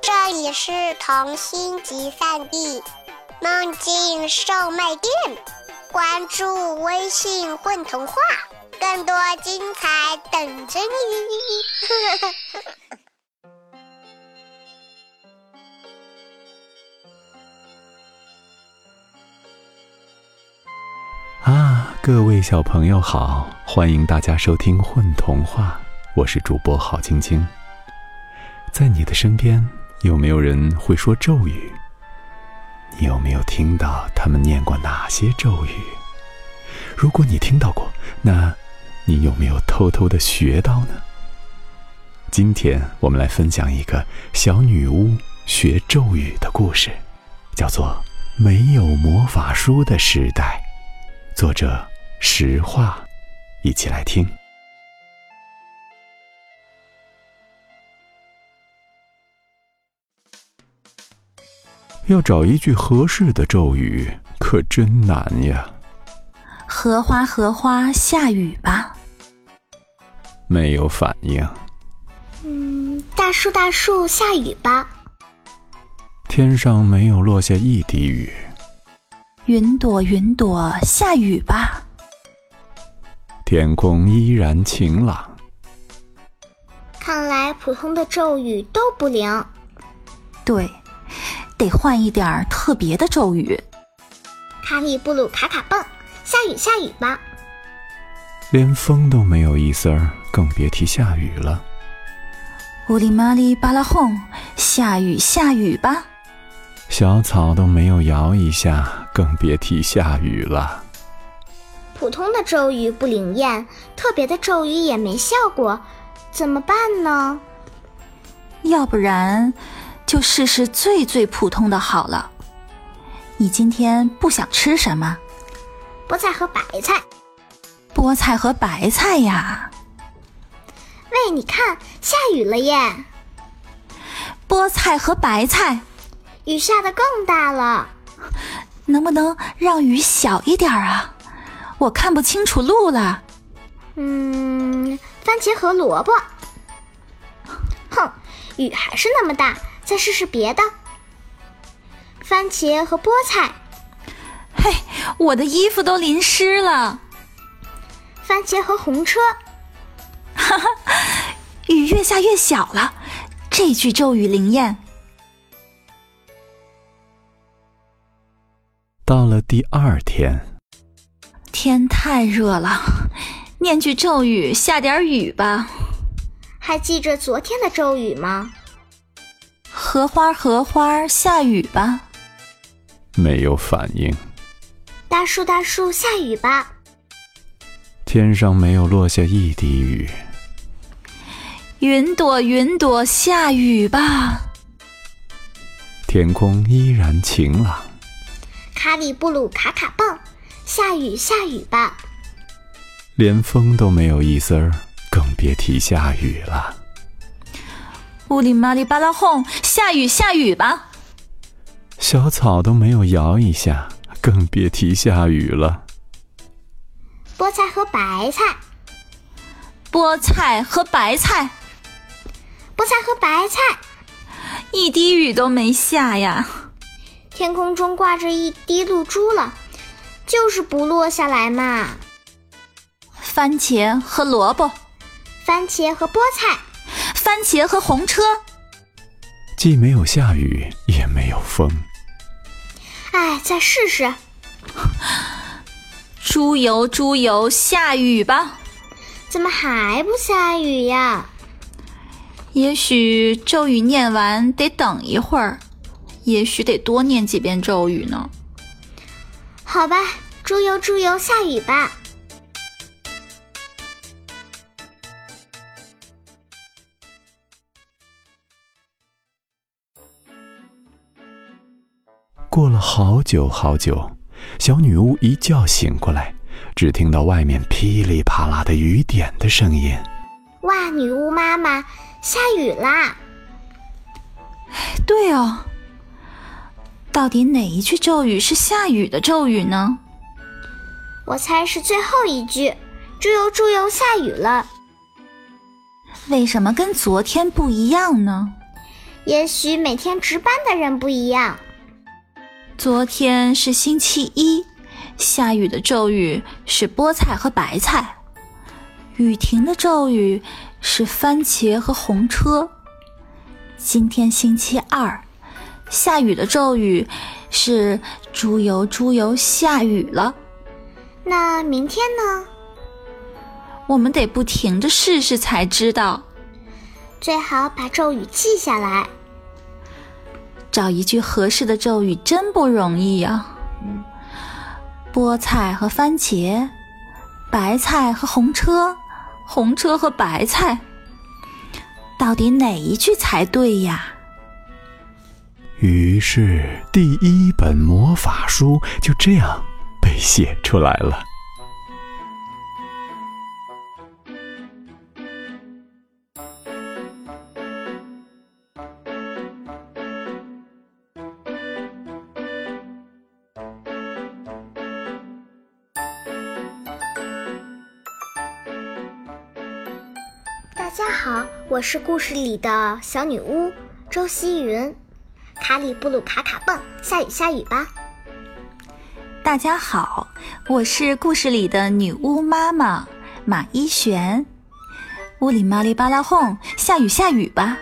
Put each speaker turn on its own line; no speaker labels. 这里是童心集散地，梦境售卖店。关注微信“混童话”，更多精彩等着你。
啊，各位小朋友好，欢迎大家收听《混童话》，我是主播郝青青。在你的身边，有没有人会说咒语？你有没有听到他们念过哪些咒语？如果你听到过，那你有没有偷偷的学到呢？今天我们来分享一个小女巫学咒语的故事，叫做《没有魔法书的时代》，作者石化，一起来听。要找一句合适的咒语可真难呀！
荷花，荷花，下雨吧。
没有反应。
嗯，大树，大树，下雨吧。
天上没有落下一滴雨。
云朵，云朵，下雨吧。
天空依然晴朗。
看来普通的咒语都不灵。
对。得换一点儿特别的咒语。
卡米布鲁卡卡蹦，下雨下雨吧！
连风都没有一丝儿，更别提下雨了。
乌里玛里巴拉轰，下雨下雨吧！
小草都没有摇一下，更别提下雨了。
普通的咒语不灵验，特别的咒语也没效果，怎么办呢？
要不然。就试试最最普通的好了。你今天不想吃什么？
菠菜和白菜。
菠菜和白菜呀！
喂，你看，下雨了耶！
菠菜和白菜，
雨下的更大了，
能不能让雨小一点啊？我看不清楚路了。
嗯，番茄和萝卜。哼，雨还是那么大。再试试别的，番茄和菠菜。
嘿，我的衣服都淋湿了。
番茄和红车。
哈哈，雨越下越小了，这句咒语灵验。
到了第二天，
天太热了，念句咒语，下点雨吧。
还记着昨天的咒语吗？
荷花，荷花，下雨吧。
没有反应。
大树，大树，下雨吧。
天上没有落下一滴雨。
云朵，云朵，下雨吧。
天空依然晴朗。
卡里布鲁卡卡蹦，下雨，下雨吧。
连风都没有一丝儿，更别提下雨了。
乌里玛里巴拉轰！下雨下雨吧，
小草都没有摇一下，更别提下雨了。
菠菜和白菜，
菠菜和白菜，
菠菜和白菜，
一滴雨都没下呀！
天空中挂着一滴露珠了，就是不落下来嘛。
番茄和萝卜，
番茄和菠菜。
番茄和红车，
既没有下雨，也没有风。
哎，再试试。
猪油，猪油，下雨吧？
怎么还不下雨呀？
也许咒语念完得等一会儿，也许得多念几遍咒语呢。
好吧，猪油，猪油，下雨吧。
过了好久好久，小女巫一觉醒过来，只听到外面噼里啪啦的雨点的声音。
哇，女巫妈妈，下雨啦！
对哦，到底哪一句咒语是下雨的咒语呢？
我猜是最后一句：“猪油猪油，下雨了。”
为什么跟昨天不一样呢？
也许每天值班的人不一样。
昨天是星期一，下雨的咒语是菠菜和白菜，雨停的咒语是番茄和红车。今天星期二，下雨的咒语是猪油猪油下雨了。
那明天呢？
我们得不停的试试才知道。
最好把咒语记下来。
找一句合适的咒语真不容易呀、菠菜和番茄，白菜和红车，红车和白菜，到底哪一句才对呀？
于是，第一本魔法书就这样被写出来了。
大家好，我是故事里的小女巫周希云。卡里布鲁卡卡蹦，下雨下雨吧。
大家好，我是故事里的女巫妈妈马一璇。屋里嘛哩吧啦哄，下雨下雨吧。